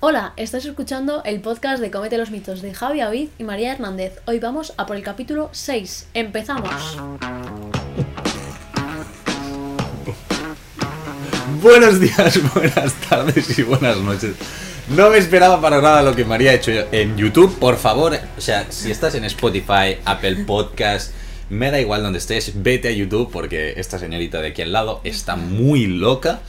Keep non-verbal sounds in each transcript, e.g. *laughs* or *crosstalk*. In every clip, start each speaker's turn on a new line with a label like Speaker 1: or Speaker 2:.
Speaker 1: Hola, estás escuchando el podcast de Comete los mitos de Javi Avid y María Hernández. Hoy vamos a por el capítulo 6. ¡Empezamos!
Speaker 2: Buenos días, *laughs* buenas tardes y buenas noches. No me esperaba para nada lo que María ha hecho en YouTube. Por favor, o sea, si estás en Spotify, Apple Podcast, me da igual donde estés, vete a YouTube porque esta señorita de aquí al lado está muy loca.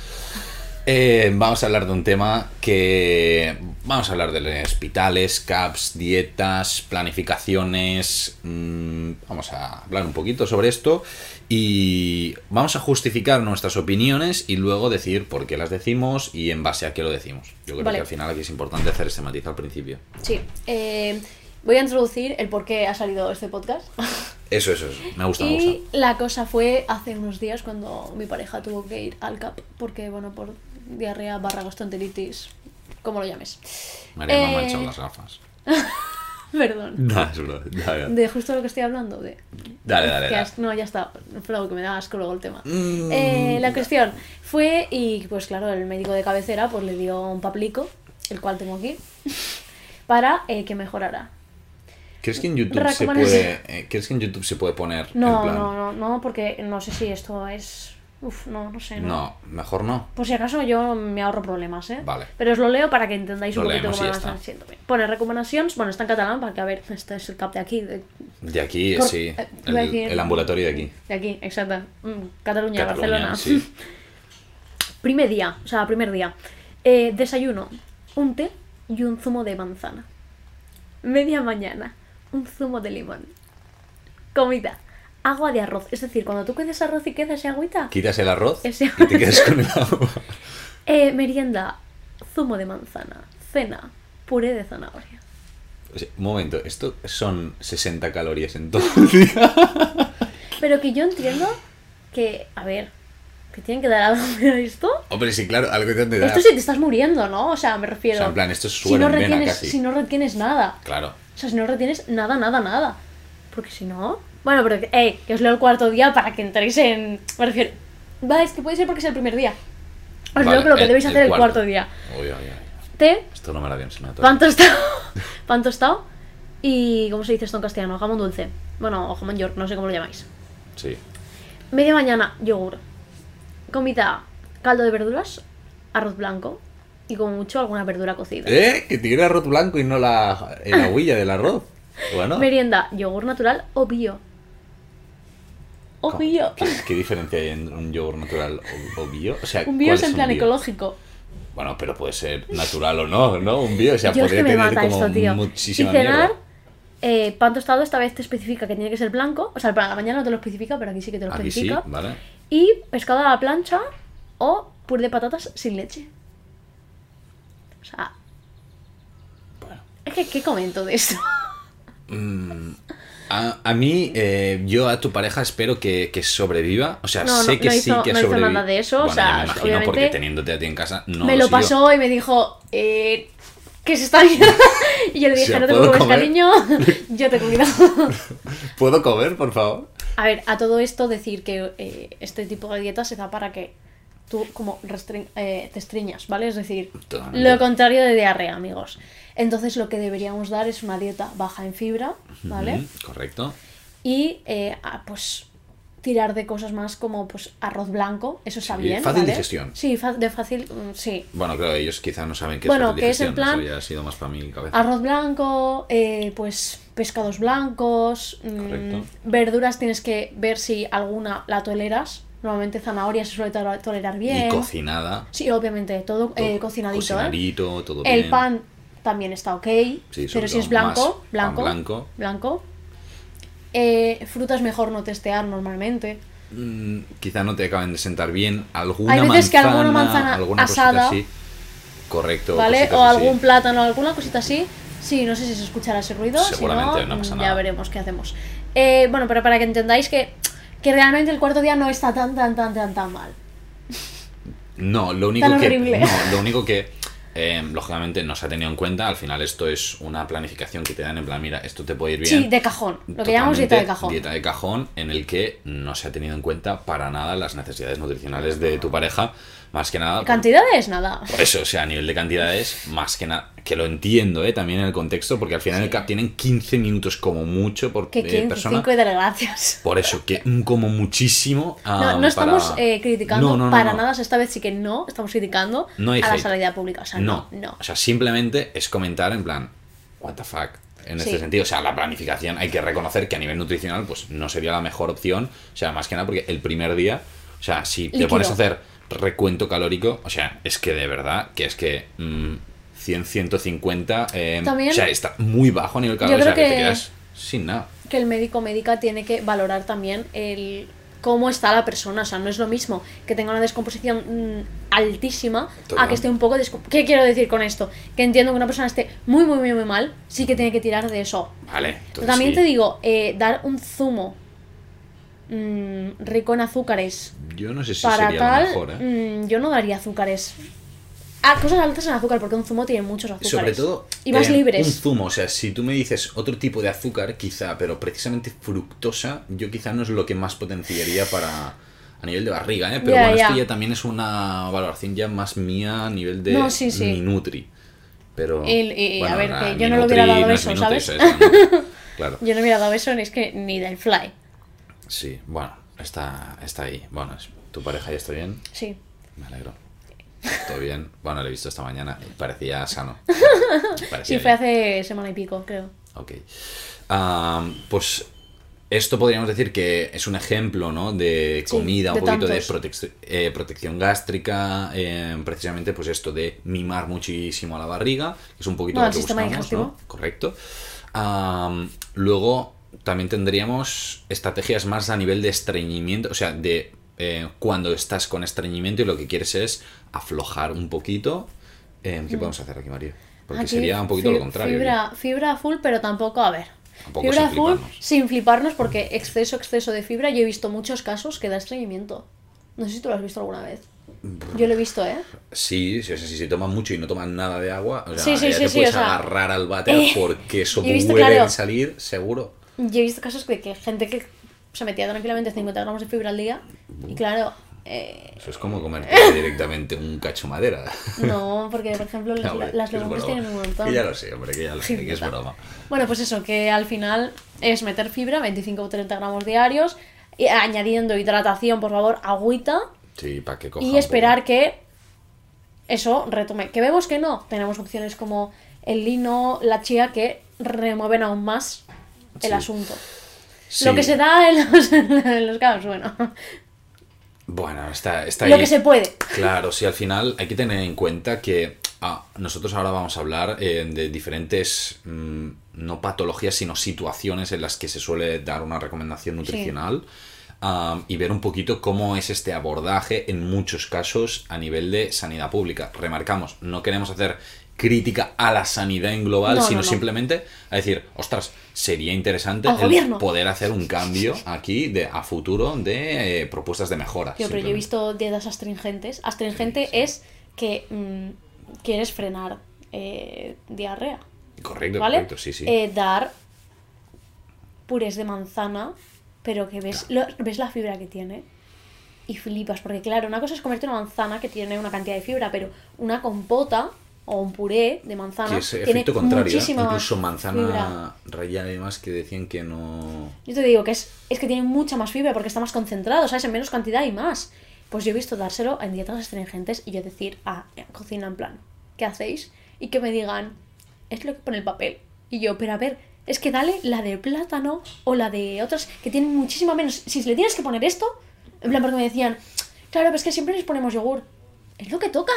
Speaker 2: Eh, vamos a hablar de un tema que... Vamos a hablar de hospitales, CAPS, dietas, planificaciones... mm, vamos a hablar un poquito sobre esto y vamos a justificar nuestras opiniones y luego decir por qué las decimos y en base a qué lo decimos. Yo creo
Speaker 1: Vale.
Speaker 2: que al final aquí es importante hacer este matiz al principio.
Speaker 1: Sí, eh, voy a introducir el por qué ha salido este podcast.
Speaker 2: Eso, eso, eso. Me gusta, me
Speaker 1: Y
Speaker 2: gusta.
Speaker 1: la cosa fue hace unos días cuando mi pareja tuvo que ir al CAP porque, bueno, por diarrea barra gastroenteritis, como lo llames.
Speaker 2: María me
Speaker 1: eh,
Speaker 2: ha manchado las *laughs* gafas.
Speaker 1: Perdón.
Speaker 2: Nah, es verdad. Dale, dale.
Speaker 1: De justo lo que estoy hablando, de...
Speaker 2: Dale, dale,
Speaker 1: que
Speaker 2: dale.
Speaker 1: as- No, ya está, Flau, que me da asco luego el tema.
Speaker 2: Mm.
Speaker 1: Eh, la cuestión fue, y pues claro, el médico de cabecera pues le dio un paplico, el cual tengo aquí, *laughs* para eh, que mejorara.
Speaker 2: ¿Crees que en YouTube se
Speaker 1: Recomendación.
Speaker 2: puede, eh, ¿crees que en YouTube se puede poner
Speaker 1: No,
Speaker 2: en plan?
Speaker 1: no, no, no, porque no sé si esto es... Uf, no, no sé.
Speaker 2: No, mejor no.
Speaker 1: Por si acaso yo me ahorro problemas, ¿eh?
Speaker 2: Vale.
Speaker 1: Pero os lo leo para que entendáis
Speaker 2: Lo
Speaker 1: un poquito
Speaker 2: leemos
Speaker 1: cómo
Speaker 2: y
Speaker 1: lo
Speaker 2: ya
Speaker 1: están
Speaker 2: está.
Speaker 1: haciendo. Pone recomendaciones, bueno, está en catalán, para que a ver, este es el cap de aquí. de-
Speaker 2: De aquí,
Speaker 1: Cor-
Speaker 2: sí.
Speaker 1: eh,
Speaker 2: El,
Speaker 1: iba a decir-
Speaker 2: el ambulatorio de aquí.
Speaker 1: De aquí, exacto. Mm, Cataluña,
Speaker 2: Cataluña,
Speaker 1: Barcelona. *laughs*
Speaker 2: sí.
Speaker 1: Primer día, o sea, primer día. Eh, desayuno, un té y un zumo de manzana. Media mañana, un zumo de limón. Comida, agua de arroz. Es decir, cuando tú cueces arroz y quedas ese agüita.
Speaker 2: *laughs* Quitas el arroz
Speaker 1: Ese-
Speaker 2: y te quedas con el agua.
Speaker 1: Eh, merienda, zumo de manzana. Cena, puré de zanahoria.
Speaker 2: O sea, un momento, esto son 60 calorías
Speaker 1: *laughs*
Speaker 2: en todo el día.
Speaker 1: Pero que yo entiendo que, a ver, que tienen que dar algo a esto.
Speaker 2: Hombre, sí, claro, algo te han de dar.
Speaker 1: Esto sí te estás muriendo, ¿no? O sea, me refiero.
Speaker 2: O sea, en plan, esto es
Speaker 1: si
Speaker 2: suero
Speaker 1: no
Speaker 2: en vena
Speaker 1: retienes,
Speaker 2: casi.
Speaker 1: Si no retienes nada.
Speaker 2: Claro.
Speaker 1: O sea, si no retienes nada, nada, nada. Porque si no. Bueno, pero que- eh, que os leo el cuarto día para que entréis en. Me refiero. Va, es que puede ser porque es el primer día. Os
Speaker 2: Vale,
Speaker 1: leo que lo que
Speaker 2: el-
Speaker 1: debéis
Speaker 2: el
Speaker 1: hacer el
Speaker 2: cuarto.
Speaker 1: cuarto día.
Speaker 2: Uy, uy, uy, uy.
Speaker 1: Té,
Speaker 2: Esto no me la bien enseñado.
Speaker 1: pan tostado. *laughs* pan tostado. Y. ¿Cómo se dice esto en castellano? Jamón dulce. Bueno, o jamón york, no sé cómo lo llamáis.
Speaker 2: Sí.
Speaker 1: Media mañana, yogur. Comida, caldo de verduras, arroz blanco y como mucho alguna verdura cocida.
Speaker 2: ¿Eh? Que tiene arroz blanco y no la, en la huilla del arroz. Bueno.
Speaker 1: Merienda, yogur natural o bio. O
Speaker 2: ¿cómo-
Speaker 1: bio.
Speaker 2: ¿Qué, qué diferencia hay entre un yogur natural o, o bio? O sea,
Speaker 1: Un bio
Speaker 2: ¿cuál
Speaker 1: es en plan
Speaker 2: bio?
Speaker 1: ecológico.
Speaker 2: Bueno, pero puede ser natural o no, ¿no? Un bio, o sea,
Speaker 1: *laughs* Yo es
Speaker 2: podría
Speaker 1: que me
Speaker 2: tener
Speaker 1: mata
Speaker 2: como
Speaker 1: esto, tío. Y
Speaker 2: muchísima
Speaker 1: cenar,
Speaker 2: mierda.
Speaker 1: eh, pan tostado esta vez te especifica que tiene que ser blanco. O sea, para la mañana no te lo especifica, pero aquí sí que te lo
Speaker 2: Aquí Ah, sí,
Speaker 1: especifica.
Speaker 2: ¿vale?
Speaker 1: Y pescado a la plancha o puré de patatas sin leche. O sea,
Speaker 2: Bueno.
Speaker 1: es que ¿qué comento de esto?
Speaker 2: A, a mí, eh, yo a tu pareja espero que, que sobreviva. O sea,
Speaker 1: No, no,
Speaker 2: sé que
Speaker 1: no
Speaker 2: sí
Speaker 1: hizo-
Speaker 2: que
Speaker 1: no hizo
Speaker 2: sobreviva.
Speaker 1: nada de eso, o
Speaker 2: Bueno, yo
Speaker 1: sea,
Speaker 2: me imagino
Speaker 1: obviamente-
Speaker 2: porque teniéndote a ti en casa no
Speaker 1: me lo
Speaker 2: sigo.
Speaker 1: pasó y me dijo, eh, ¿qué es esta mierda? *laughs* Y yo le dije,
Speaker 2: sea,
Speaker 1: no te
Speaker 2: ¿puedo
Speaker 1: preocupes,
Speaker 2: comer?
Speaker 1: cariño, *laughs* yo te
Speaker 2: *laughs*
Speaker 1: cuido.
Speaker 2: ¿Puedo comer, por favor?
Speaker 1: a ver, a todo esto decir que eh, este tipo de dieta se da para que tú como restrin- eh, te estreñas, ¿vale? Es decir,
Speaker 2: Totalmente.
Speaker 1: lo contrario de diarrea, amigos. Entonces lo que deberíamos dar es una dieta baja en fibra, ¿vale?
Speaker 2: Ujú, Mm, correcto.
Speaker 1: Y eh, a- pues tirar de cosas más como pues arroz blanco, eso está
Speaker 2: Sí,
Speaker 1: bien.
Speaker 2: fácil
Speaker 1: ¿vale?
Speaker 2: digestión.
Speaker 1: Sí, fa- de fácil, mm, sí.
Speaker 2: Bueno, claro, ellos quizás no saben qué
Speaker 1: Bueno,
Speaker 2: es
Speaker 1: que es en
Speaker 2: digestión,
Speaker 1: plan-
Speaker 2: Eso ya ha sido más para mi cabeza.
Speaker 1: Arroz blanco, eh, pues pescados blancos, mm,
Speaker 2: Correcto.
Speaker 1: verduras tienes que ver si alguna la toleras. Normalmente zanahoria se suele to- tolerar bien.
Speaker 2: Y cocinada.
Speaker 1: Sí, obviamente, todo eh,
Speaker 2: todo
Speaker 1: cocinadito. ¿eh?
Speaker 2: cocinadito, todo bien.
Speaker 1: El pan también está ok,
Speaker 2: sobre
Speaker 1: pero si
Speaker 2: todo
Speaker 1: es blanco,
Speaker 2: más
Speaker 1: blanco,
Speaker 2: pan blanco.
Speaker 1: blanco. Eh, frutas mejor no testear normalmente.
Speaker 2: Mm, quizá no te acaben de sentar bien. Alguna
Speaker 1: Hay veces que
Speaker 2: manzana,
Speaker 1: alguna manzana
Speaker 2: alguna
Speaker 1: asada.
Speaker 2: cosita así. Correcto.
Speaker 1: ¿Vale?
Speaker 2: cositas
Speaker 1: O
Speaker 2: así.
Speaker 1: algún plátano, alguna cosita así. Sí, no sé si se escuchará ese ruido. si
Speaker 2: Seguramente,
Speaker 1: no,
Speaker 2: no pasa
Speaker 1: mm, Ya
Speaker 2: nada.
Speaker 1: veremos qué hacemos. Eh, bueno, pero para que entendáis que, que realmente el cuarto día no está tan, tan, tan, tan, tan mal.
Speaker 2: No, lo único
Speaker 1: Tan
Speaker 2: que.
Speaker 1: horrible.
Speaker 2: no, lo único que. eh, lógicamente no se ha tenido en cuenta. Al final, esto es una planificación que te dan en plan: mira, esto te puede ir bien.
Speaker 1: Sí, de cajón. Lo que llamamos dieta de
Speaker 2: Totalmente
Speaker 1: cajón.
Speaker 2: Dieta de cajón en el que no se ha tenido en cuenta para nada las necesidades nutricionales de tu pareja. Más que nada. por-
Speaker 1: Cantidades, nada.
Speaker 2: Por eso, o sea, a nivel de cantidades, más que nada. Que lo entiendo, ¿eh? También en el contexto, porque al final el cap tienen 15 minutos como mucho por
Speaker 1: Que
Speaker 2: eh,
Speaker 1: 15,
Speaker 2: persona.
Speaker 1: 5 y dale gracias.
Speaker 2: Por eso, que un como muchísimo. ah,
Speaker 1: No, no estamos
Speaker 2: para-
Speaker 1: eh, criticando
Speaker 2: No, no, no,
Speaker 1: para
Speaker 2: no.
Speaker 1: nada, esta vez sí que no estamos criticando
Speaker 2: No hay
Speaker 1: a la
Speaker 2: hate.
Speaker 1: sanidad pública. O sea, no, no.
Speaker 2: O sea, simplemente es comentar en plan, what the fuck. En
Speaker 1: Sí.
Speaker 2: este sentido, o sea, la planificación hay que reconocer que a nivel nutricional, pues no sería la mejor opción. O sea, más que nada porque el primer día, o sea, si
Speaker 1: Líquido.
Speaker 2: te pones a hacer recuento calórico, o sea, es que de verdad que es que mm, 100, 150, eh,
Speaker 1: También-
Speaker 2: o sea, está muy bajo a nivel
Speaker 1: creo
Speaker 2: calórico, o sea, que...
Speaker 1: que-
Speaker 2: te quedas sin nada.
Speaker 1: que el médico médica tiene que valorar también el cómo está la persona, o sea, no es lo mismo que tenga una descomposición mm, altísima a
Speaker 2: Total.
Speaker 1: que esté un poco descom- ¿Qué quiero decir con esto? Que entiendo que una persona esté muy muy muy muy mal, sí que tiene que tirar de eso.
Speaker 2: Vale.
Speaker 1: Pero
Speaker 2: entonces
Speaker 1: También
Speaker 2: sí.
Speaker 1: te digo, eh, dar un zumo mm, rico en azúcares
Speaker 2: Yo no sé si
Speaker 1: para
Speaker 2: sería
Speaker 1: tal,
Speaker 2: lo mejor, ¿eh?
Speaker 1: mm, yo no daría azúcares. A cosas altas en azúcar, porque un zumo tiene muchos azúcares.
Speaker 2: Sobre todo.
Speaker 1: Y más
Speaker 2: eh,
Speaker 1: libres.
Speaker 2: Un zumo, o sea, si tú me dices otro tipo de azúcar, quizá, pero precisamente fructosa, yo quizá no es lo que más potenciaría para. a nivel de barriga, ¿eh? Pero
Speaker 1: Ya,
Speaker 2: bueno,
Speaker 1: ya.
Speaker 2: esto ya también es una valoración ya más mía a nivel de
Speaker 1: No, sí, sí.
Speaker 2: mi nutri. Pero.
Speaker 1: El- eh,
Speaker 2: bueno,
Speaker 1: a ver,
Speaker 2: na,
Speaker 1: que
Speaker 2: mi
Speaker 1: yo no le
Speaker 2: Nutri
Speaker 1: hubiera dado
Speaker 2: es
Speaker 1: eso,
Speaker 2: mi
Speaker 1: ¿sabes? *laughs*
Speaker 2: ¿no? Claro.
Speaker 1: Yo no hubiera dado eso, ni es que ni del fly.
Speaker 2: Sí, bueno, está, está ahí. Bueno, es- tu pareja ya está bien.
Speaker 1: Sí.
Speaker 2: Me alegro. Todo bien. Bueno, lo he visto esta mañana y parecía
Speaker 1: *laughs*
Speaker 2: sano. Parecía
Speaker 1: Sí,
Speaker 2: bien.
Speaker 1: fue hace semana y pico, creo.
Speaker 2: Ok. Am, pues esto podríamos decir que es un ejemplo, ¿no? De
Speaker 1: Sí,
Speaker 2: comida,
Speaker 1: de
Speaker 2: un poquito
Speaker 1: tantos.
Speaker 2: de protec- eh, protección gástrica, eh, precisamente pues esto de mimar muchísimo a la barriga, que es un poquito
Speaker 1: Bueno,
Speaker 2: lo
Speaker 1: el
Speaker 2: que
Speaker 1: sistema
Speaker 2: buscamos, ¿no?
Speaker 1: digestivo.
Speaker 2: Correcto. Am, luego también tendríamos estrategias más a nivel de estreñimiento, o sea, de eh, cuando estás con estreñimiento y lo que quieres es aflojar un poquito. Em, ¿Qué podemos hacer aquí, María? Porque
Speaker 1: Aquí,
Speaker 2: sería un poquito
Speaker 1: fi-
Speaker 2: lo contrario. yo
Speaker 1: Ah, Fibra, fibra full, pero tampoco, a ver.
Speaker 2: Tampoco
Speaker 1: fibra
Speaker 2: sin
Speaker 1: full
Speaker 2: fliparnos.
Speaker 1: sin fliparnos porque exceso, exceso de fibra. Yo he visto muchos casos que da estreñimiento. No sé si tú lo has visto alguna vez. Yo lo he visto, ¿eh?
Speaker 2: Sí, sí, o sea, si se toman mucho y no toman nada de agua, o sea,
Speaker 1: Sí, sí,
Speaker 2: ya
Speaker 1: sí,
Speaker 2: te
Speaker 1: sí,
Speaker 2: puedes
Speaker 1: o sea,
Speaker 2: agarrar al váter
Speaker 1: eh, *laughs*
Speaker 2: porque eso
Speaker 1: he visto,
Speaker 2: puede
Speaker 1: claro.
Speaker 2: salir seguro.
Speaker 1: Yo he visto casos de que gente que se metía tranquilamente 50 gramos de fibra al día y claro, eh,
Speaker 2: Eso es como comer
Speaker 1: *laughs*
Speaker 2: directamente un cacho madera. *laughs*
Speaker 1: no, porque por ejemplo las,
Speaker 2: Hombre,
Speaker 1: las
Speaker 2: que es
Speaker 1: legumbres
Speaker 2: broma.
Speaker 1: tienen un montón.
Speaker 2: Que ya lo sé, hombre, que ya lo sé, que es
Speaker 1: Idiota.
Speaker 2: broma.
Speaker 1: Bueno, pues eso, que al final es meter fibra, 25 o 30 gramos diarios, y añadiendo hidratación, por favor, agüita,
Speaker 2: Sí, para que coja. un
Speaker 1: y
Speaker 2: poco.
Speaker 1: esperar que eso retome. Que vemos que no, tenemos opciones como el lino, la chía, que remueven aún más el
Speaker 2: Sí.
Speaker 1: asunto.
Speaker 2: Sí.
Speaker 1: Lo que se da *laughs* en los, en los caos, bueno,
Speaker 2: Bueno, está, está
Speaker 1: lo
Speaker 2: ahí.
Speaker 1: que se puede.
Speaker 2: Claro, sí, al final hay que tener en cuenta que ah, nosotros ahora vamos a hablar eh, de diferentes, mm, no patologías, sino situaciones en las que se suele dar una recomendación nutricional am, y ver un poquito cómo es este abordaje en muchos casos a nivel de sanidad pública. Remarcamos, no queremos hacer crítica a la sanidad en global,
Speaker 1: No, no,
Speaker 2: sino
Speaker 1: no.
Speaker 2: simplemente a decir, ostras, sería interesante
Speaker 1: Al
Speaker 2: el
Speaker 1: gobierno.
Speaker 2: poder hacer un cambio aquí de, a futuro de eh, propuestas de mejora.
Speaker 1: Yo, pero yo he
Speaker 2: simplemente.
Speaker 1: visto dietas astringentes. Astringente
Speaker 2: Sí, sí.
Speaker 1: es que mm, quieres frenar eh, diarrea.
Speaker 2: Correcto,
Speaker 1: ¿vale?
Speaker 2: correcto, sí, sí.
Speaker 1: Eh, dar purés de manzana, pero que ves, lo- ves la fibra que tiene y flipas. Porque, claro, una cosa es comerte una manzana que tiene una cantidad de fibra, pero una compota o un puré de manzana
Speaker 2: que es
Speaker 1: tiene
Speaker 2: efecto contrario, ¿eh?
Speaker 1: muchísima
Speaker 2: incluso
Speaker 1: más fibra.
Speaker 2: manzana rayada y demás que decían que no...
Speaker 1: Yo te digo que es, es que tiene mucha más fibra porque está más concentrado, ¿sabes? En menos cantidad y más. Pues yo he visto dárselo en dietas astringentes y yo decir, ah, cocina en plan, ¿qué hacéis? Y que me digan, es lo que pone el papel. Y yo, pero a ver, es que dale la de plátano o la de otras que tienen muchísima menos. Si le tienes que poner esto, en plan, porque me decían, claro, pero es que siempre les ponemos yogur. Es lo que toca.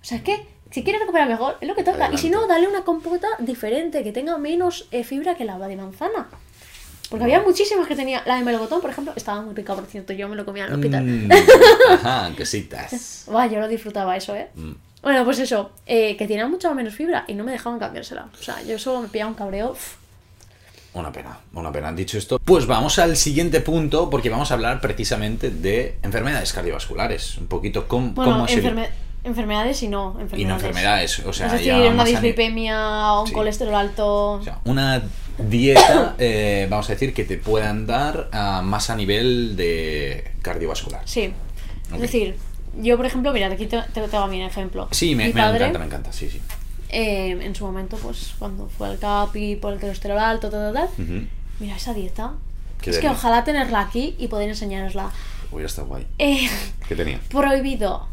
Speaker 1: O sea, es que si quieres recuperar mejor, es lo que toca. Y si no,
Speaker 2: Adelante.
Speaker 1: dale una compota diferente, que tenga menos eh, fibra que la de manzana. Porque había muchísimas que tenía. La de melocotón, por ejemplo, estaba muy rica, por cierto. Yo me lo comía en el hospital.
Speaker 2: Mm, ajá, cositas.
Speaker 1: Buah, yo lo disfrutaba eso, ¿eh?
Speaker 2: Mm.
Speaker 1: Bueno, pues eso. eh, que tenía mucha menos fibra y no me dejaban cambiársela. O sea, yo eso me pillaba un cabreo. pf.
Speaker 2: Una pena, una pena. Dicho esto, pues vamos al siguiente punto porque vamos a hablar precisamente de enfermedades cardiovasculares. Un poquito cómo,
Speaker 1: Bueno,
Speaker 2: cómo se-
Speaker 1: enferme- enfermedades y no enfermedades.
Speaker 2: Y no enfermedades, o sea,
Speaker 1: es decir,
Speaker 2: ya
Speaker 1: una
Speaker 2: más a ni-
Speaker 1: dislipemia o un
Speaker 2: Sí.
Speaker 1: colesterol alto.
Speaker 2: O sea, una dieta, eh, vamos a decir, que te puedan dar ah, más a nivel de cardiovascular.
Speaker 1: Sí.
Speaker 2: Ok.
Speaker 1: Es decir, Yo, por ejemplo, mira, aquí te, te, te hago mi ejemplo.
Speaker 2: Sí, me,
Speaker 1: Mi
Speaker 2: me
Speaker 1: padre,
Speaker 2: encanta, me encanta, sí, sí.
Speaker 1: eh, en su momento, pues cuando fue al CAPI por el colesterol alto, tal, tal, tal,
Speaker 2: Ujú.
Speaker 1: mira esa dieta.
Speaker 2: Qué ¿eh?
Speaker 1: es que
Speaker 2: delicia.
Speaker 1: ojalá tenerla aquí y poder enseñarosla.
Speaker 2: Hubiera estado guay.
Speaker 1: Eh,
Speaker 2: ¿Qué tenía?
Speaker 1: prohibido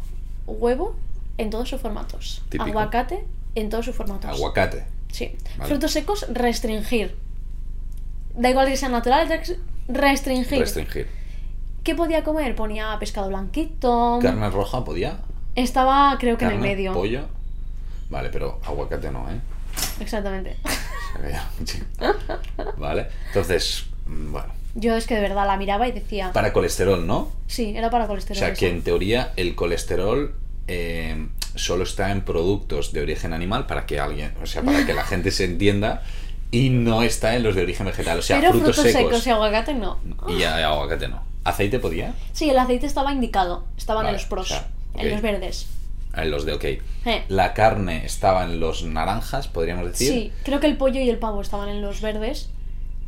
Speaker 1: huevo en todos sus formatos.
Speaker 2: Típico.
Speaker 1: Aguacate en todos sus formatos.
Speaker 2: Aguacate.
Speaker 1: Sí.
Speaker 2: Vale.
Speaker 1: Frutos secos, restringir. Da igual que sean naturales, rex- restringir.
Speaker 2: Restringir.
Speaker 1: ¿Qué podía comer? Ponía pescado blanquito.
Speaker 2: Carne roja podía.
Speaker 1: Estaba, creo que
Speaker 2: Carne,
Speaker 1: en el medio.
Speaker 2: pollo. Vale, pero aguacate no, ¿eh? *laughs*
Speaker 1: Exactamente. *laughs*
Speaker 2: Se veía muchísimo. Vale. Entonces, mm, bueno.
Speaker 1: Yo es que de verdad la miraba y decía.
Speaker 2: Para colesterol, ¿no?
Speaker 1: Sí, era para
Speaker 2: O
Speaker 1: colesterol.
Speaker 2: sea,
Speaker 1: eso.
Speaker 2: que en teoría el colesterol eh, solo está en productos de origen animal para que alguien, o sea, para que la gente se entienda y no está en los de origen vegetal, o sea,
Speaker 1: Pero
Speaker 2: frutos, secos.
Speaker 1: y aguacate no.
Speaker 2: Y
Speaker 1: ¡ah!
Speaker 2: a- aguacate no. ¿Aceite podía?
Speaker 1: Sí, el aceite estaba indicado. Estaban
Speaker 2: Vale,
Speaker 1: en los pros,
Speaker 2: o sea, ok.
Speaker 1: en los verdes.
Speaker 2: En los de OK.
Speaker 1: Eh.
Speaker 2: La carne estaba en los naranjas, podríamos decir.
Speaker 1: Sí, creo que el pollo y el pavo estaban en los verdes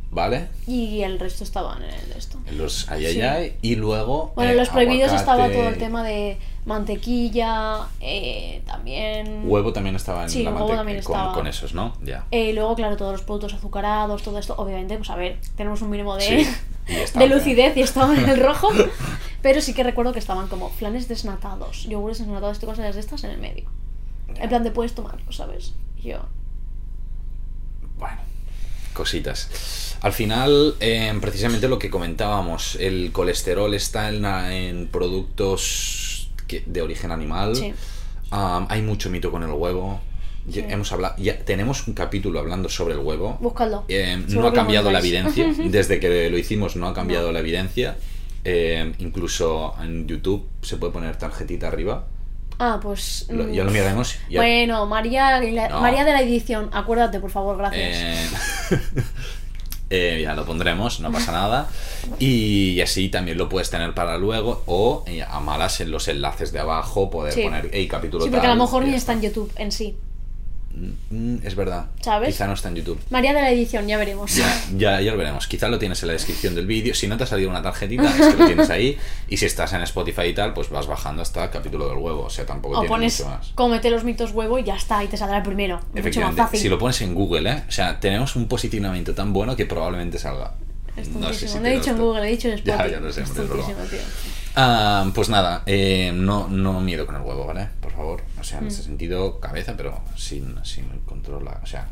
Speaker 2: ¿Vale?
Speaker 1: y el resto estaban en el de esto.
Speaker 2: En los
Speaker 1: Sí.
Speaker 2: ayayay. Y luego.
Speaker 1: Bueno,
Speaker 2: eh,
Speaker 1: en los prohibidos
Speaker 2: aguacate,
Speaker 1: estaba todo el tema de mantequilla, eh, también...
Speaker 2: Huevo también estaba en
Speaker 1: Sí,
Speaker 2: la
Speaker 1: huevo
Speaker 2: manteca-
Speaker 1: también
Speaker 2: con,
Speaker 1: estaba.
Speaker 2: con esos, ¿no? Ya.
Speaker 1: Eh, y luego, claro, todos los productos azucarados, todo esto, obviamente, pues a ver, tenemos un mínimo de,
Speaker 2: Sí, y
Speaker 1: *laughs*
Speaker 2: estaba
Speaker 1: de
Speaker 2: bien.
Speaker 1: lucidez y estaba en el
Speaker 2: *laughs*
Speaker 1: rojo, pero sí que recuerdo que estaban como flanes desnatados, yogures desnatados y cosas de estas en el medio. En plan de puedes tomarlo, ¿sabes? Y yo,
Speaker 2: Bueno, cositas. Al final, eh, precisamente lo que comentábamos, el colesterol está en, la- en productos que- de origen animal.
Speaker 1: Sí.
Speaker 2: Am, hay mucho mito con el huevo. Ya
Speaker 1: Sí.
Speaker 2: hemos hablado, ya tenemos un capítulo hablando sobre el huevo.
Speaker 1: búscalo.
Speaker 2: Eh, no
Speaker 1: Seguro
Speaker 2: ha
Speaker 1: que lo
Speaker 2: cambiado la
Speaker 1: encontráis. *laughs*
Speaker 2: evidencia. Desde que lo hicimos no ha cambiado la evidencia. Eh, incluso en YouTube se puede poner tarjetita arriba.
Speaker 1: Ah, pues...
Speaker 2: Lo-
Speaker 1: mm,
Speaker 2: ya lo miraremos. ya-
Speaker 1: Bueno, María, la-
Speaker 2: No.
Speaker 1: María de la edición, acuérdate, por favor, gracias.
Speaker 2: Eh, *laughs* eh, ya lo pondremos, no pasa nada. Y así también lo puedes tener para luego o eh, a malas en los enlaces de abajo poder
Speaker 1: Sí.
Speaker 2: poner, hey, capítulo
Speaker 1: Sí, porque a
Speaker 2: tal",
Speaker 1: lo mejor
Speaker 2: y
Speaker 1: ni
Speaker 2: ya
Speaker 1: está en YouTube en sí.
Speaker 2: Mm, es verdad.
Speaker 1: ¿Sabes?
Speaker 2: Quizá no está en YouTube.
Speaker 1: María de la edición, ya veremos. *laughs*
Speaker 2: Ya, ya, ya lo veremos. Quizá lo tienes en la descripción del vídeo. Si no te ha salido una tarjetita, es que lo tienes ahí. Y si estás en Spotify y tal, pues vas bajando hasta el capítulo del huevo. O sea, tampoco
Speaker 1: O
Speaker 2: pues tiene
Speaker 1: pones
Speaker 2: mucho más.
Speaker 1: comete los mitos huevo y ya está, y te saldrá el primero. Mucho más
Speaker 2: Efectivamente,
Speaker 1: fácil.
Speaker 2: si lo pones en Google, ¿eh? O sea, tenemos un posicionamiento tan bueno que probablemente salga.
Speaker 1: Es
Speaker 2: No sé
Speaker 1: tontísimo.
Speaker 2: si
Speaker 1: No he
Speaker 2: tiene
Speaker 1: dicho en
Speaker 2: esto.
Speaker 1: Google, he dicho en
Speaker 2: *laughs* Ya,
Speaker 1: Spotify.
Speaker 2: ya lo sé,
Speaker 1: Es
Speaker 2: hombre, es broma.
Speaker 1: tontísimo, tío.
Speaker 2: Ah, pues nada, eh, no, no miedo con el huevo, ¿vale? Por favor. O sea, en
Speaker 1: Mm.
Speaker 2: este sentido, cabeza, pero sin, sin controla. O sea,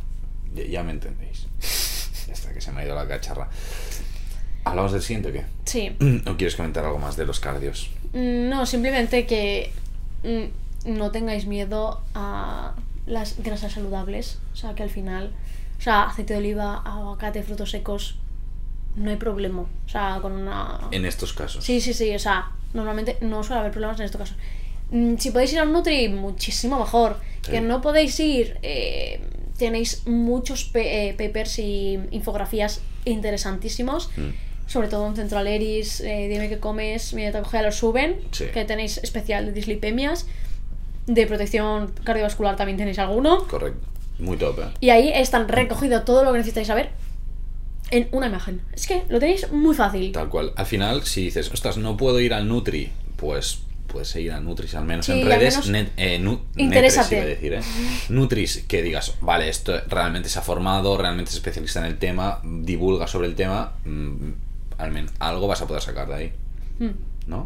Speaker 2: ya, ya me entendéis. *laughs* Ya está, que se me ha ido la cacharra. ¿Hablamos del siguiente o qué? *clears throat*
Speaker 1: Sí.
Speaker 2: ¿O quieres comentar algo más de los cardios?
Speaker 1: Mm, No, simplemente que mm, no tengáis miedo a las grasas saludables. O sea, que al final, o sea, aceite de oliva, aguacate, frutos secos, no hay problema. O sea, con una.
Speaker 2: En estos casos.
Speaker 1: Sí, sí, sí, o sea, normalmente no suele haber problemas en estos casos. Mm, Si podéis ir a un Nutri, muchísimo mejor.
Speaker 2: Sí.
Speaker 1: Que no podéis ir, eh, tenéis muchos pe- eh, papers y infografías interesantísimos.
Speaker 2: Mm.
Speaker 1: Sobre todo en Central Eris, eh, Dime que comes, mi dieta cogea lo suben.
Speaker 2: Sí.
Speaker 1: Que tenéis especial de dislipemias. De protección cardiovascular también tenéis alguno.
Speaker 2: Correcto. Muy top, ¿eh?
Speaker 1: Y ahí están recogido todo lo que necesitáis saber en una imagen. Es que lo tenéis muy fácil.
Speaker 2: Tal cual. Al final, si dices, ostras, no puedo ir al Nutri, pues puedes ir a Nutris, al menos
Speaker 1: Sí,
Speaker 2: en
Speaker 1: al
Speaker 2: redes.
Speaker 1: menos
Speaker 2: net- eh, nu- netres,
Speaker 1: interésate.
Speaker 2: iba a decir, ¿eh? Nutris, que digas, vale, esto realmente se ha formado, realmente es especialista en el tema, divulga sobre el tema, mm, al menos algo vas a poder sacar de ahí,
Speaker 1: Mm.
Speaker 2: ¿no?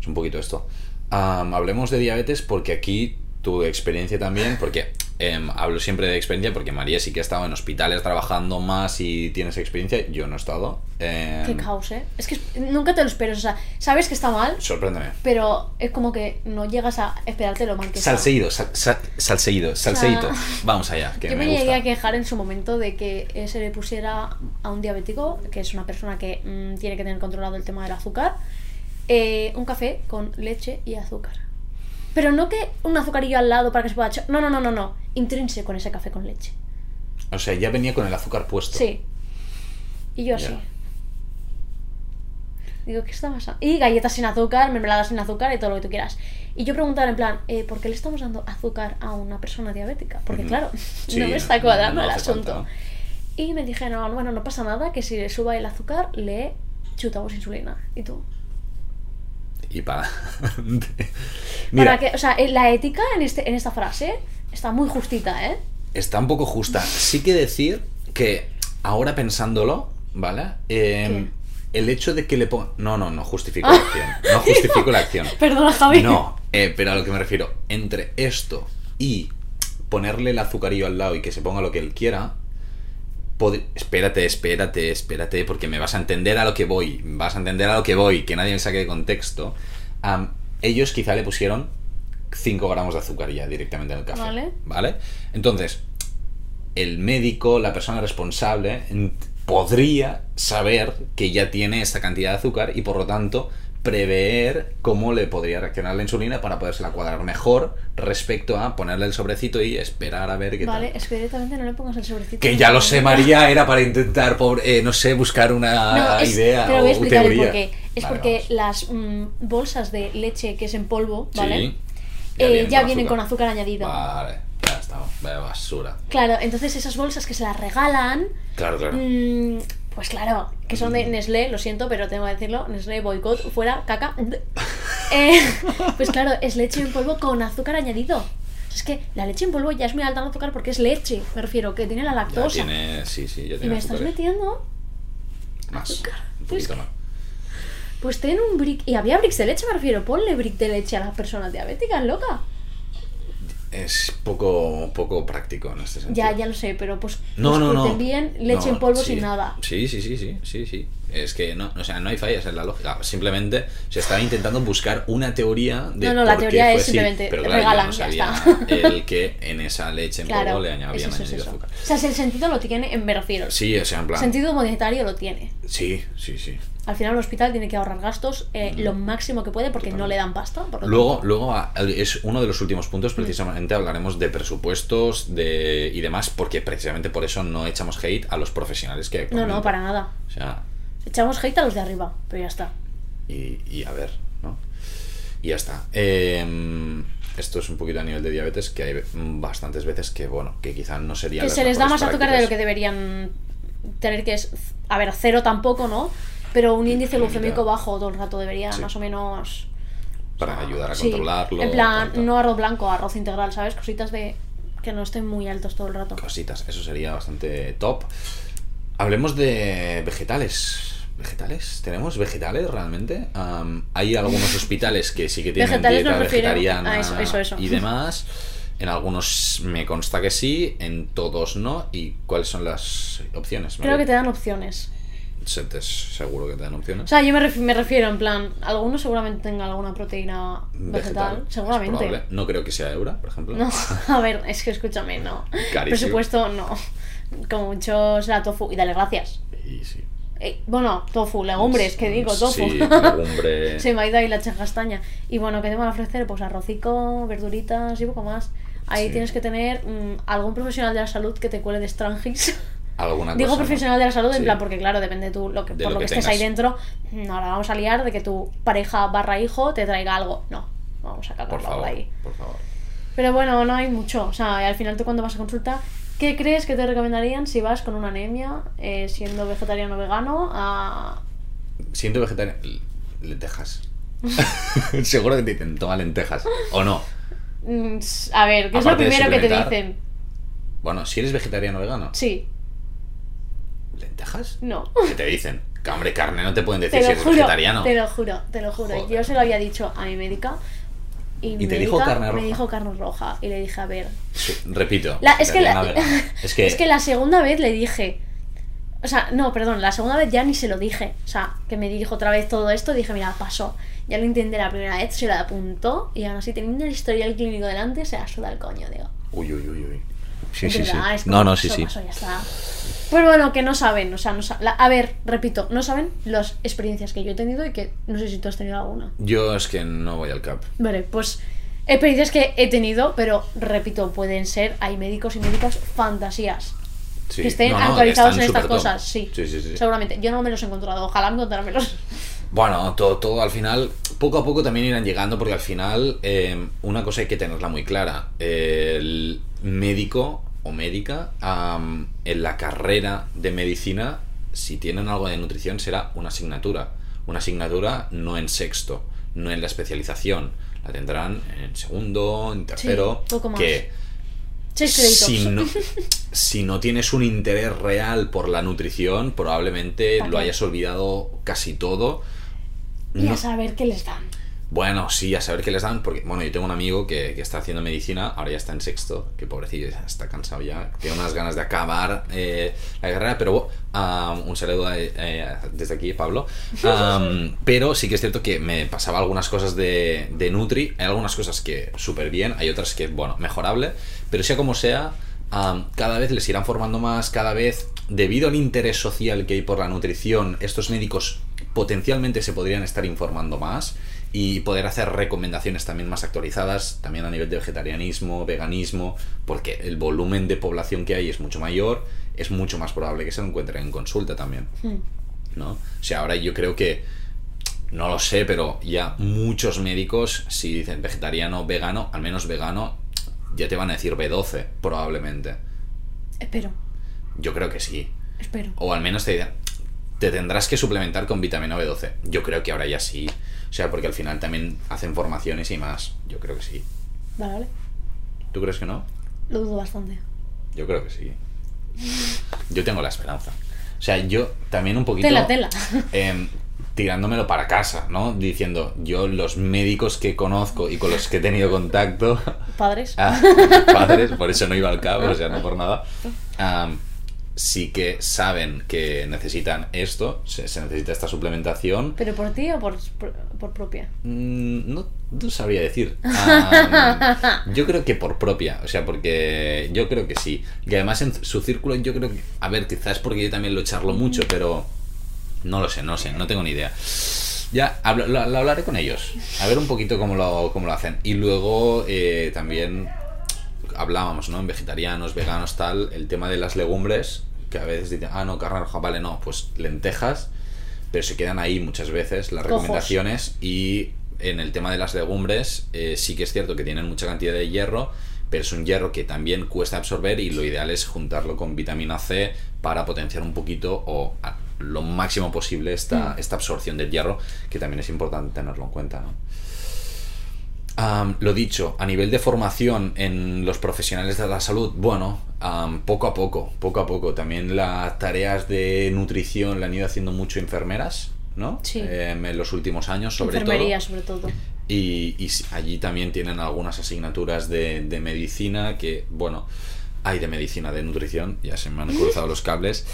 Speaker 2: Es un poquito esto. Am, hablemos de diabetes porque aquí tu experiencia también, porque em, hablo siempre de experiencia porque María sí que ha estado en hospitales trabajando más y tienes experiencia, yo no he estado. em,
Speaker 1: Qué caos, ¿eh? Es que es- nunca te lo esperas, o sea, sabes que está mal,
Speaker 2: Sorpréndeme.
Speaker 1: pero es como que no llegas a esperarte lo mal que está.
Speaker 2: Salseído, sal- sal- salseído, salseíto.
Speaker 1: Ah.
Speaker 2: Vamos allá, que
Speaker 1: Yo
Speaker 2: me,
Speaker 1: me, llegué
Speaker 2: gusta.
Speaker 1: a quejar en su momento de que eh, se le pusiera a un diabético, que es una persona que mm, tiene que tener controlado el tema del azúcar, eh, un café con leche y azúcar. Pero no que un azucarillo al lado para que se pueda... cho- No, no, no, no, no. Intrínseco en ese café con leche.
Speaker 2: O sea, ya venía con el azúcar puesto.
Speaker 1: Sí. Y yo así.
Speaker 2: Ya.
Speaker 1: Digo, ¿qué está pasando? Y galletas sin azúcar, mermeladas sin azúcar y todo lo que tú quieras. Y yo preguntaba en plan, eh, ¿por qué le estamos dando azúcar a una persona diabética? Porque
Speaker 2: Ujú.
Speaker 1: claro, *laughs*
Speaker 2: Sí,
Speaker 1: no me está cuadrando
Speaker 2: no
Speaker 1: el
Speaker 2: hace
Speaker 1: asunto.
Speaker 2: falta.
Speaker 1: Y me dijeron, bueno, no pasa nada, que si le suba el azúcar, le chutamos insulina. Y tú,
Speaker 2: y para *laughs* adelante.
Speaker 1: Para
Speaker 2: Mira,
Speaker 1: que, o sea, eh, la ética en, este, en esta frase está muy justita, ¿eh?
Speaker 2: está un poco justa. Sí que decir que ahora pensándolo, ¿vale? Eh, el hecho de que le ponga... No, no, no justifico la acción. No justifico la acción.
Speaker 1: Perdona, Javi.
Speaker 2: No, eh, pero a lo que me refiero, entre esto y ponerle el azucarillo al lado y que se ponga lo que él quiera, pod- espérate, espérate, espérate, porque me vas a entender a lo que voy, vas a entender a lo que voy, que nadie me saque de contexto. Am, ellos quizá le pusieron 5 gramos de azúcar ya directamente en el café.
Speaker 1: Vale.
Speaker 2: ¿Vale? Entonces, el médico, la persona responsable, en- podría saber que ya tiene esta cantidad de azúcar y por lo tanto prever cómo le podría reaccionar la insulina para podérsela cuadrar mejor respecto a ponerle el sobrecito y esperar a ver qué
Speaker 1: Vale,
Speaker 2: tal.
Speaker 1: es que directamente no le pongas el sobrecito.
Speaker 2: Que ya lo sé, María, era para intentar, pobre- eh, no sé, buscar una
Speaker 1: No, es,
Speaker 2: Ah, idea
Speaker 1: pero voy a
Speaker 2: o
Speaker 1: explicar el
Speaker 2: teoría.
Speaker 1: por qué. Es
Speaker 2: Vale,
Speaker 1: porque
Speaker 2: vamos.
Speaker 1: las mm, bolsas de leche que es en polvo, ¿vale?
Speaker 2: Sí,
Speaker 1: Eh, ya vienen con azúcar añadido.
Speaker 2: Vale, ya está, vaya basura.
Speaker 1: Claro, entonces esas bolsas que se las regalan,
Speaker 2: Claro, claro.
Speaker 1: mm, pues claro, que son
Speaker 2: Mm.
Speaker 1: de Nestlé, lo siento, pero tengo que decirlo, Nestlé boicot, fuera,
Speaker 2: *laughs*
Speaker 1: caca. Eh, pues claro, es leche en polvo con azúcar añadido. O sea, Es que la leche en polvo ya es muy alta en azúcar porque es leche, me refiero, que tiene la
Speaker 2: Ya
Speaker 1: lactosa.
Speaker 2: tiene, sí, sí, ya
Speaker 1: y
Speaker 2: tiene
Speaker 1: me estás
Speaker 2: azúcar.
Speaker 1: metiendo
Speaker 2: Más,
Speaker 1: azúcar.
Speaker 2: un
Speaker 1: Es
Speaker 2: poquito
Speaker 1: que-
Speaker 2: más.
Speaker 1: Pues ten un brick. Y había bricks de leche, me refiero. Ponle brick de leche a las personas diabéticas, loca.
Speaker 2: Es poco, poco práctico en este sentido.
Speaker 1: Ya, ya lo sé, pero pues.
Speaker 2: No,
Speaker 1: pues
Speaker 2: no,
Speaker 1: que
Speaker 2: no.
Speaker 1: te envíen leche
Speaker 2: No,
Speaker 1: en polvo
Speaker 2: sí.
Speaker 1: sin nada.
Speaker 2: Sí, sí, sí, sí, sí, sí. Es que no, o sea, no hay fallas en la lógica. Simplemente se estaba intentando buscar una teoría de
Speaker 1: No, no, la
Speaker 2: por qué
Speaker 1: teoría
Speaker 2: fue
Speaker 1: es
Speaker 2: así,
Speaker 1: simplemente
Speaker 2: pero
Speaker 1: te
Speaker 2: claro, yo
Speaker 1: regalan,
Speaker 2: no
Speaker 1: ya
Speaker 2: sabía
Speaker 1: está.
Speaker 2: el que en esa leche en
Speaker 1: Claro.
Speaker 2: polvo le añadían
Speaker 1: es eso, es
Speaker 2: añadido
Speaker 1: eso.
Speaker 2: azúcar.
Speaker 1: O sea, si el sentido lo tiene, en- me refiero.
Speaker 2: Sí, o sea, en plan.
Speaker 1: Sentido monetario lo tiene.
Speaker 2: Sí, sí, sí.
Speaker 1: Al final el hospital tiene que ahorrar gastos eh, lo máximo que puede porque no le dan pasta. por lo
Speaker 2: Mm. Luego, luego a- al- es uno de los últimos
Speaker 1: Mm.
Speaker 2: puntos, precisamente hablaremos de presupuestos de, y demás, porque precisamente por eso no echamos hate a los profesionales que...
Speaker 1: tanto- No, no,
Speaker 2: comentan.
Speaker 1: para nada.
Speaker 2: O sea,
Speaker 1: Echamos hate a los de arriba, pero ya está.
Speaker 2: y, y a ver, ¿no? Y ya está. Eh, esto es un poquito a nivel de diabetes, que hay bastantes veces que, bueno, que quizás no sería...
Speaker 1: que se les da más azúcar de lo que deberían tener, que es, a ver, cero tampoco, ¿no? Pero un índice
Speaker 2: limitado.
Speaker 1: glucémico bajo todo el rato debería
Speaker 2: Sí.
Speaker 1: más o menos...
Speaker 2: Para ayudar a
Speaker 1: sí,
Speaker 2: controlarlo.
Speaker 1: En plan,
Speaker 2: tal, tal.
Speaker 1: no arroz blanco, arroz integral, ¿sabes? Cositas de que no estén muy altos todo el rato.
Speaker 2: Cositas, eso sería bastante top. Hablemos de vegetales. ¿Vegetales? ¿Tenemos vegetales realmente? Am,
Speaker 1: *laughs*
Speaker 2: hay algunos hospitales que sí que tienen
Speaker 1: Vegetales
Speaker 2: dieta
Speaker 1: nos referimos-
Speaker 2: vegetariana
Speaker 1: ah, eso, eso, eso.
Speaker 2: y demás. En algunos me consta que sí, en todos no. ¿Y cuáles son las opciones?
Speaker 1: Creo que
Speaker 2: María?
Speaker 1: te dan opciones.
Speaker 2: Se te- seguro que te dan
Speaker 1: O
Speaker 2: opciones.
Speaker 1: sea, yo me, ref- me refiero en plan, algunos seguramente tengan alguna proteína vegetal,
Speaker 2: es probable.
Speaker 1: seguramente.
Speaker 2: No creo que sea Eura, por ejemplo.
Speaker 1: No, *laughs* a ver, es que escúchame, no.
Speaker 2: Carísimo.
Speaker 1: Presupuesto, no. Como mucho será tofu y dale gracias.
Speaker 2: Y sí.
Speaker 1: Eh, bueno, tofu, legumbres, que digo, tofu. *laughs*
Speaker 2: Sí, legumbre.
Speaker 1: Se me ha ido ahí la chacastaña. Y bueno, ¿qué te van a ofrecer? Pues arrocico, verduritas y poco más. Ahí
Speaker 2: Sí.
Speaker 1: tienes que tener mm, algún profesional de la salud que te cuele de strangis.
Speaker 2: Alguna
Speaker 1: Digo
Speaker 2: cosa, ¿no?
Speaker 1: profesional de la salud,
Speaker 2: Sí.
Speaker 1: en plan, porque claro, depende tú, lo que,
Speaker 2: De
Speaker 1: por
Speaker 2: lo
Speaker 1: lo que,
Speaker 2: que
Speaker 1: estés ahí
Speaker 2: tengas.
Speaker 1: dentro, no ahora vamos a liar de que tu pareja barra hijo te traiga algo. No, vamos a
Speaker 2: Por
Speaker 1: calmarlo por
Speaker 2: favor,
Speaker 1: ahí.
Speaker 2: por favor.
Speaker 1: Pero bueno, no hay mucho. O sea, al final tú cuando vas a consulta, ¿qué crees que te recomendarían si vas con una anemia, eh, siendo vegetariano o vegano, Ah, a...
Speaker 2: Siento vegetariano. L- Lentejas. *laughs* Seguro que te dicen, toma lentejas. O no.
Speaker 1: Mm, s- a ver, ¿qué es lo
Speaker 2: Aparte de
Speaker 1: primero que te
Speaker 2: suplementar.
Speaker 1: dicen?
Speaker 2: Bueno, si eres vegetariano o vegano,
Speaker 1: Sí,
Speaker 2: ¿lentejas?
Speaker 1: no.
Speaker 2: ¿Qué te dicen? Que, hombre, carne no te pueden decir
Speaker 1: Te
Speaker 2: si
Speaker 1: lo
Speaker 2: eres
Speaker 1: juro,
Speaker 2: vegetariano.
Speaker 1: te lo juro, te lo juro.
Speaker 2: Joder.
Speaker 1: Yo se lo había dicho a mi médica. Y, mi
Speaker 2: te dijo
Speaker 1: médica
Speaker 2: carne roja?
Speaker 1: Me dijo carne roja. Y le dije, a ver.
Speaker 2: Sí, Repito.
Speaker 1: La- es, que la,
Speaker 2: vegetariano o
Speaker 1: *laughs*
Speaker 2: vegano. Es que.
Speaker 1: es que la segunda vez le dije. O sea, no, perdón, la segunda vez ya ni se lo dije. O sea, que me dijo otra vez todo esto, dije, mira, pasó. Ya lo intenté la primera vez, se la apuntó. Y aún así, teniendo el historial clínico delante, se la suda el coño, digo.
Speaker 2: Uy, uy, uy, uy. Sí,
Speaker 1: Es
Speaker 2: sí, sí.
Speaker 1: verdad, ah, es como,
Speaker 2: No, no, sí,
Speaker 1: eso
Speaker 2: sí.
Speaker 1: pasó, ya está. Pues bueno, que no saben, o sea, no sa- la- a ver, repito, no saben las experiencias que yo he tenido y que no sé si tú has tenido alguna.
Speaker 2: Yo es que no voy al CAP.
Speaker 1: Vale, pues experiencias que he tenido, pero repito, pueden ser, hay médicos y médicas fantasías.
Speaker 2: Sí.
Speaker 1: que estén
Speaker 2: No, no,
Speaker 1: actualizados
Speaker 2: están
Speaker 1: en estas
Speaker 2: supertop.
Speaker 1: cosas, sí,
Speaker 2: Sí, sí, sí.
Speaker 1: Seguramente. Yo no me los he encontrado, ojalá encontrármelos. *laughs*
Speaker 2: Bueno, todo, todo al final, poco a poco también irán llegando, porque al final, eh, una cosa hay que tenerla muy clara. El médico o médica, am, en la carrera de medicina, si tienen algo de nutrición, será una asignatura. Una asignatura no en sexto, no en la especialización. La tendrán en segundo, en tercero.
Speaker 1: Sí, poco más.
Speaker 2: Que
Speaker 1: Seis créditos.
Speaker 2: si no, si no tienes un interés real por la nutrición, probablemente
Speaker 1: Vale.
Speaker 2: lo hayas olvidado casi todo.
Speaker 1: Y
Speaker 2: No-
Speaker 1: a saber qué les dan.
Speaker 2: bueno, sí, a saber qué les dan, porque, bueno, yo tengo un amigo que, que está haciendo medicina, ahora ya está en sexto, que pobrecillo, ya está cansado ya, tiene unas ganas de acabar eh, la carrera, pero ah, un saludo eh, eh, desde aquí, Pablo. Am, pero sí que es cierto que me pasaba algunas cosas de, de Nutri, hay algunas cosas que súper bien, hay otras que, bueno, mejorable, pero sea como sea, am, cada vez les irán formando más, cada vez, debido al interés social que hay por la nutrición, estos médicos potencialmente se podrían estar informando más y poder hacer recomendaciones también más actualizadas, también a nivel de vegetarianismo, veganismo, porque el volumen de población que hay es mucho mayor, es mucho más probable que se lo encuentren en consulta también,
Speaker 1: Hmm.
Speaker 2: ¿no? O sea, ahora yo creo que, no lo sé, pero ya muchos médicos, si dicen vegetariano, vegano, al menos vegano, ya te van a decir B12, probablemente.
Speaker 1: Espero,
Speaker 2: Yo creo que sí.
Speaker 1: espero.
Speaker 2: O al menos te dirán, te tendrás que suplementar con vitamina B12. Yo creo que ahora ya sí. O sea, porque al final también hacen formaciones y más. Yo creo que sí.
Speaker 1: Vale, vale.
Speaker 2: ¿Tú crees que no?
Speaker 1: Lo dudo bastante.
Speaker 2: Yo creo que sí. Yo tengo la esperanza. O sea, yo también un poquito...
Speaker 1: Tela, tela.
Speaker 2: em, tirándomelo para casa, ¿no? Diciendo, yo los médicos que conozco y con los que he tenido contacto
Speaker 1: Padres.
Speaker 2: Ah, padres, por eso no iba al cabo, o sea, no por nada. Am, sí que saben que necesitan esto, se, se necesita esta suplementación.
Speaker 1: ¿Pero por ti o por, por, por propia?
Speaker 2: Mm, No, no sabría decir. Am, yo creo que por propia, o sea, porque yo creo que sí. Y además en su círculo yo creo que... A ver, quizás porque yo también lo charlo mucho, pero... No lo sé, no lo sé, no tengo ni idea. Ya, habla- lo, lo hablaré con ellos. A ver un poquito cómo lo, cómo lo hacen. Y luego eh, también hablábamos, ¿no? En vegetarianos, veganos, tal, el tema de las legumbres, que a veces dicen, ah, no, carne roja, vale, no, pues lentejas, pero se quedan ahí muchas veces las
Speaker 1: Cojos.
Speaker 2: recomendaciones y en el tema de las legumbres eh, sí que es cierto que tienen mucha cantidad de hierro, pero es un hierro que también cuesta absorber y lo ideal es juntarlo con vitamina C para potenciar un poquito o a- lo máximo posible esta, esta absorción del hierro, que también es importante tenerlo en cuenta, ¿no? Am, lo dicho, a nivel de formación en los profesionales de la salud, bueno, am, poco a poco, poco a poco. También las tareas de nutrición la han ido haciendo mucho enfermeras, ¿no?
Speaker 1: Sí.
Speaker 2: Em, en los últimos años, sobre
Speaker 1: Enfermería,
Speaker 2: todo. Pues
Speaker 1: sobre todo.
Speaker 2: Y, y s- allí también tienen algunas asignaturas de, de medicina que, bueno, hay de medicina, de nutrición, ya se me han cruzado los cables.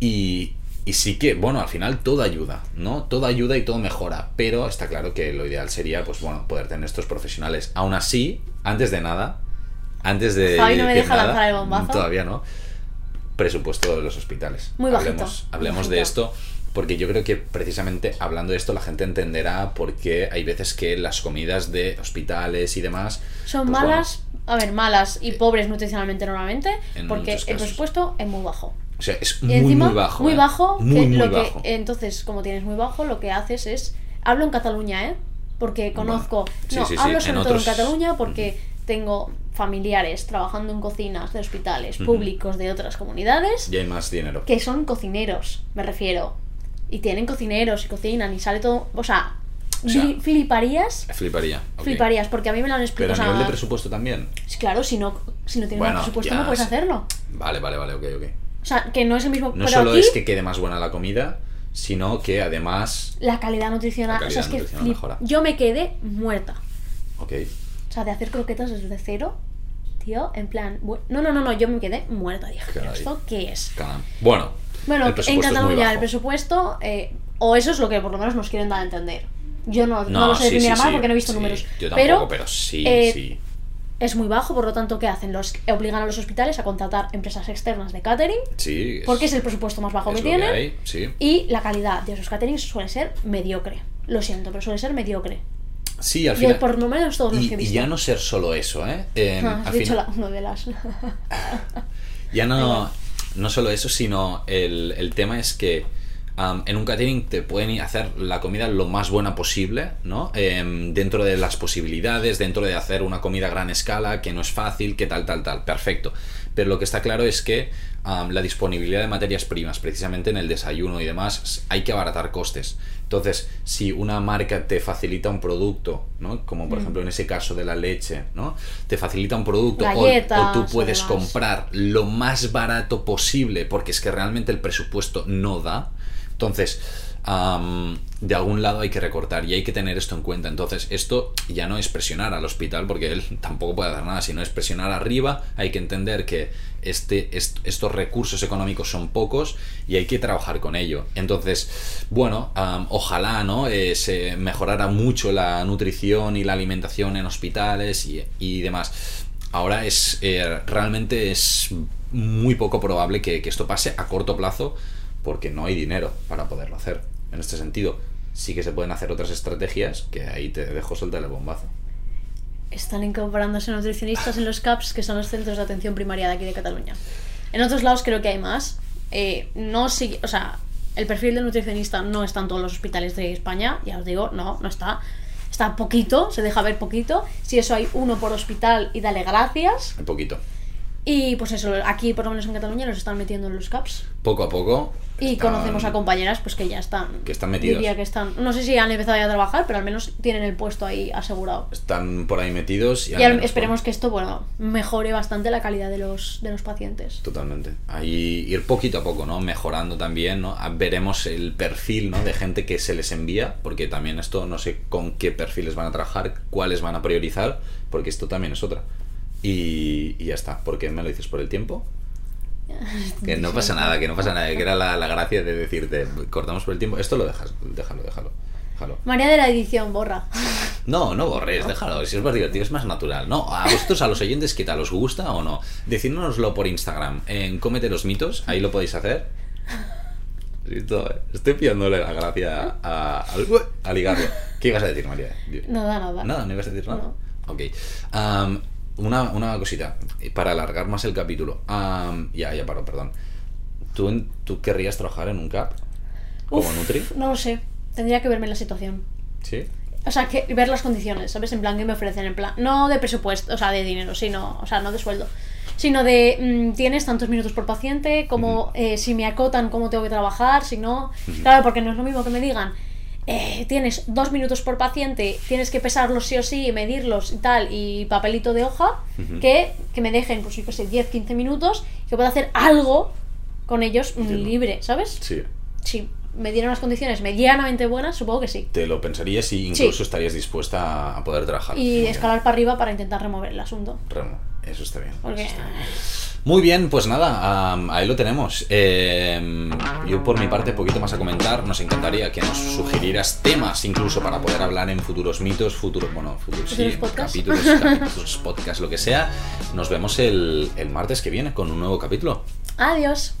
Speaker 2: Y, y sí que, bueno, al final todo ayuda, ¿no? Todo ayuda y todo mejora, pero está claro que lo ideal sería, pues bueno, poder tener estos profesionales. Aún así, antes de nada, antes de...
Speaker 1: Javi no me
Speaker 2: decir
Speaker 1: deja lanzar el bombazo.
Speaker 2: Todavía no. Presupuesto de los hospitales.
Speaker 1: Muy bajito,
Speaker 2: Hablemos,
Speaker 1: muy
Speaker 2: hablemos de
Speaker 1: bajito.
Speaker 2: esto esto, porque yo creo que precisamente hablando de esto la gente entenderá por qué hay veces que las comidas de hospitales y demás
Speaker 1: Son
Speaker 2: pues,
Speaker 1: malas, a ver, malas y pobres nutricionalmente normalmente,
Speaker 2: Eh, en
Speaker 1: porque
Speaker 2: muchos
Speaker 1: el
Speaker 2: casos.
Speaker 1: presupuesto es muy bajo.
Speaker 2: bueno, o sea, es
Speaker 1: Y
Speaker 2: muy,
Speaker 1: encima,
Speaker 2: muy bajo.
Speaker 1: Muy
Speaker 2: ¿eh?
Speaker 1: bajo,
Speaker 2: Muy,
Speaker 1: que
Speaker 2: muy
Speaker 1: lo que-
Speaker 2: bajo.
Speaker 1: entonces, como tienes muy bajo, lo que haces es. Hablo en Cataluña, ¿eh? Porque
Speaker 2: Bueno,
Speaker 1: conozco.
Speaker 2: sí,
Speaker 1: no,
Speaker 2: sí, sí,
Speaker 1: hablo
Speaker 2: en
Speaker 1: sobre
Speaker 2: otros-
Speaker 1: todo en Cataluña porque tengo familiares trabajando en cocinas de hospitales públicos de otras comunidades
Speaker 2: Y hay más dinero.
Speaker 1: que son cocineros, me refiero. Y tienen cocineros y cocinan y sale todo. O sea,
Speaker 2: O sea,
Speaker 1: fli- fliparías.
Speaker 2: Fliparía. ok.
Speaker 1: Fliparías, porque a mí me lo han
Speaker 2: Pero
Speaker 1: explicado.
Speaker 2: a
Speaker 1: o sea,
Speaker 2: nivel de presupuesto también.
Speaker 1: Claro, si no, si no tienes
Speaker 2: Bueno,
Speaker 1: más presupuesto
Speaker 2: ya
Speaker 1: no puedes
Speaker 2: sé.
Speaker 1: hacerlo.
Speaker 2: Vale, vale, vale, ok, ok.
Speaker 1: O sea, que no es el mismo.
Speaker 2: No
Speaker 1: pero
Speaker 2: solo
Speaker 1: aquí,
Speaker 2: es que quede más buena la comida, sino que además...
Speaker 1: la calidad nutricional.
Speaker 2: La
Speaker 1: o sea,
Speaker 2: calidad
Speaker 1: es que
Speaker 2: nutricional
Speaker 1: flip-
Speaker 2: mejora.
Speaker 1: yo me quedé muerta.
Speaker 2: Ok.
Speaker 1: O sea, de hacer croquetas desde cero, tío, en plan. bu- No, no, no, no, yo me quedé muerta. Dije, ¿pero
Speaker 2: Caray.
Speaker 1: ¿esto qué es?
Speaker 2: caram. Bueno,
Speaker 1: Bueno,
Speaker 2: el
Speaker 1: en
Speaker 2: presupuesto es muy
Speaker 1: Cataluña el
Speaker 2: bajo.
Speaker 1: presupuesto, eh, o eso es lo que por lo menos nos quieren dar a entender. Yo no, no lo sé de
Speaker 2: sí,
Speaker 1: primera
Speaker 2: sí,
Speaker 1: mano
Speaker 2: sí,
Speaker 1: porque no he visto
Speaker 2: sí.
Speaker 1: números.
Speaker 2: Yo
Speaker 1: pero
Speaker 2: tampoco, pero, sí,
Speaker 1: eh,
Speaker 2: sí.
Speaker 1: es muy bajo, por lo tanto, ¿qué hacen? Los obligan a los hospitales a contratar empresas externas de catering,
Speaker 2: Sí.
Speaker 1: porque es el presupuesto más bajo
Speaker 2: es
Speaker 1: que
Speaker 2: lo que
Speaker 1: tienen.
Speaker 2: hay, sí.
Speaker 1: Y la calidad de esos caterings suele ser mediocre. Lo siento, pero suele ser mediocre.
Speaker 2: Sí, al
Speaker 1: Yo,
Speaker 2: final.
Speaker 1: por lo menos todos los
Speaker 2: Y,
Speaker 1: que he
Speaker 2: y
Speaker 1: visto.
Speaker 2: ya no ser solo eso, ¿eh? Eh,
Speaker 1: Ah, has
Speaker 2: al
Speaker 1: dicho
Speaker 2: final-
Speaker 1: la- una de las. *laughs*
Speaker 2: Ya
Speaker 1: igual.
Speaker 2: no, no solo eso, sino el, el tema es que am, en un catering te pueden ir a hacer la comida lo más buena posible, ¿no? Em, dentro de las posibilidades, dentro de hacer una comida a gran escala, que no es fácil, que tal, tal, tal. Perfecto. pero lo que está claro es que um, la disponibilidad de materias primas, precisamente en el desayuno y demás, hay que abaratar costes. Entonces, si una marca te facilita un producto, ¿no? Como por
Speaker 1: Mm.
Speaker 2: ejemplo en ese caso de la leche, ¿no? Te facilita un producto o- o,
Speaker 1: Galletas,
Speaker 2: tú puedes
Speaker 1: además.
Speaker 2: comprar lo más barato posible porque es que realmente el presupuesto no da. Entonces, am, de algún lado hay que recortar y hay que tener esto en cuenta. Entonces, esto ya no es presionar al hospital porque él tampoco puede hacer nada, sino es presionar arriba. Hay que entender que este, est- estos recursos económicos son pocos y hay que trabajar con ello. Entonces, bueno, am, ojalá ¿no? Eh, se mejorara mucho la nutrición y la alimentación en hospitales y, y demás. Ahora es eh, realmente es muy poco probable que, que esto pase a corto plazo porque no hay dinero para poderlo hacer. En este sentido, sí que se pueden hacer otras estrategias que ahí te dejo soltar el bombazo.
Speaker 1: Están incorporándose nutricionistas en los CAPS, que son los centros de atención primaria de aquí de Cataluña. En otros lados creo que hay más. Eh, no sigue, o sea, el perfil del nutricionista no está en todos los hospitales de España, ya os digo, no, no está. Está poquito, se deja ver poquito. Si eso hay uno por hospital y dale gracias.
Speaker 2: Un poquito.
Speaker 1: Y pues eso, aquí por lo menos en Cataluña los están metiendo en los CAPS.
Speaker 2: Poco a poco.
Speaker 1: Y
Speaker 2: están-
Speaker 1: conocemos a compañeras pues que ya están.
Speaker 2: Que están metidas.
Speaker 1: Diría que están. No sé si han empezado ya a trabajar, pero al menos tienen el puesto ahí asegurado.
Speaker 2: Están por ahí metidos y, al
Speaker 1: Y al-
Speaker 2: menos
Speaker 1: esperemos
Speaker 2: por-
Speaker 1: que esto, bueno, mejore bastante la calidad de los, de los pacientes.
Speaker 2: Totalmente. Ahí ir poquito a poco, ¿no? Mejorando también, ¿no? Ah, Veremos el perfil, ¿no? De gente que se les envía, porque también esto no sé con qué perfiles van a trabajar, cuáles van a priorizar, porque esto también es otra. Y, y ya está. ¿Por qué me lo dices por el tiempo? Que no pasa nada, que no pasa nada, que era la, la gracia de decirte, cortamos por el tiempo. Esto lo dejas, déjalo, déjalo. déjalo.
Speaker 1: María de la edición, borra. *laughs*
Speaker 2: No, no borres, déjalo, si es más divertido, es más natural. No, a vosotros, a los oyentes, ¿qué tal? ¿Os gusta o no? Decídnoslo por Instagram, en Cómete los mitos, ahí lo podéis hacer. Sí, todo, eh. Estoy pillándole la gracia a, al- a ligarlo. ¿Qué ibas a decir, María?
Speaker 1: Nada, nada.
Speaker 2: Nada, no ibas a decir nada.
Speaker 1: No.
Speaker 2: Ok. Am, una, una cosita, eh, para alargar más el capítulo. Am, ya, ya paro, perdón. ¿Tú, en- ¿Tú querrías trabajar en un CAP? ¿Como
Speaker 1: Uf,
Speaker 2: Nutri?
Speaker 1: No lo sé. Tendría que verme la situación.
Speaker 2: Sí.
Speaker 1: O sea, que ver las condiciones, ¿sabes? En plan, que me ofrecen? En plan, no de presupuesto, o sea, de dinero, sino, o sea, no de sueldo, sino de mm, tienes tantos minutos por paciente, como
Speaker 2: Ujú.
Speaker 1: eh, si me acotan, cómo tengo que trabajar, si no.
Speaker 2: Ujú.
Speaker 1: Claro, porque no es lo mismo que me digan, eh, tienes dos minutos por paciente, tienes que pesarlos sí o sí, y medirlos y tal, y papelito de hoja,
Speaker 2: Ujú.
Speaker 1: que, que me dejen, pues yo qué sé, 10, 15 minutos, que pueda hacer algo con ellos mm,
Speaker 2: Entiendo.
Speaker 1: libre, ¿sabes?
Speaker 2: Sí.
Speaker 1: Si me dieran unas condiciones medianamente buenas, supongo que sí.
Speaker 2: Te lo pensarías y incluso
Speaker 1: Sí.
Speaker 2: estarías dispuesta a- a poder trabajar.
Speaker 1: y
Speaker 2: Mira,
Speaker 1: escalar para arriba para intentar remover el asunto.
Speaker 2: Remo, eso está bien.
Speaker 1: Porque
Speaker 2: eso está bien. Muy bien, pues nada, am, ahí lo tenemos. Eh, yo por mi parte, poquito más a comentar. Nos encantaría que nos sugirieras temas incluso para poder hablar en futuros mitos, futuros, bueno, futuros, sí,
Speaker 1: Futuros podcasts.
Speaker 2: capítulos, *laughs* capítulos, podcast, lo que sea. Nos vemos el, el martes que viene con un nuevo capítulo.
Speaker 1: adiós.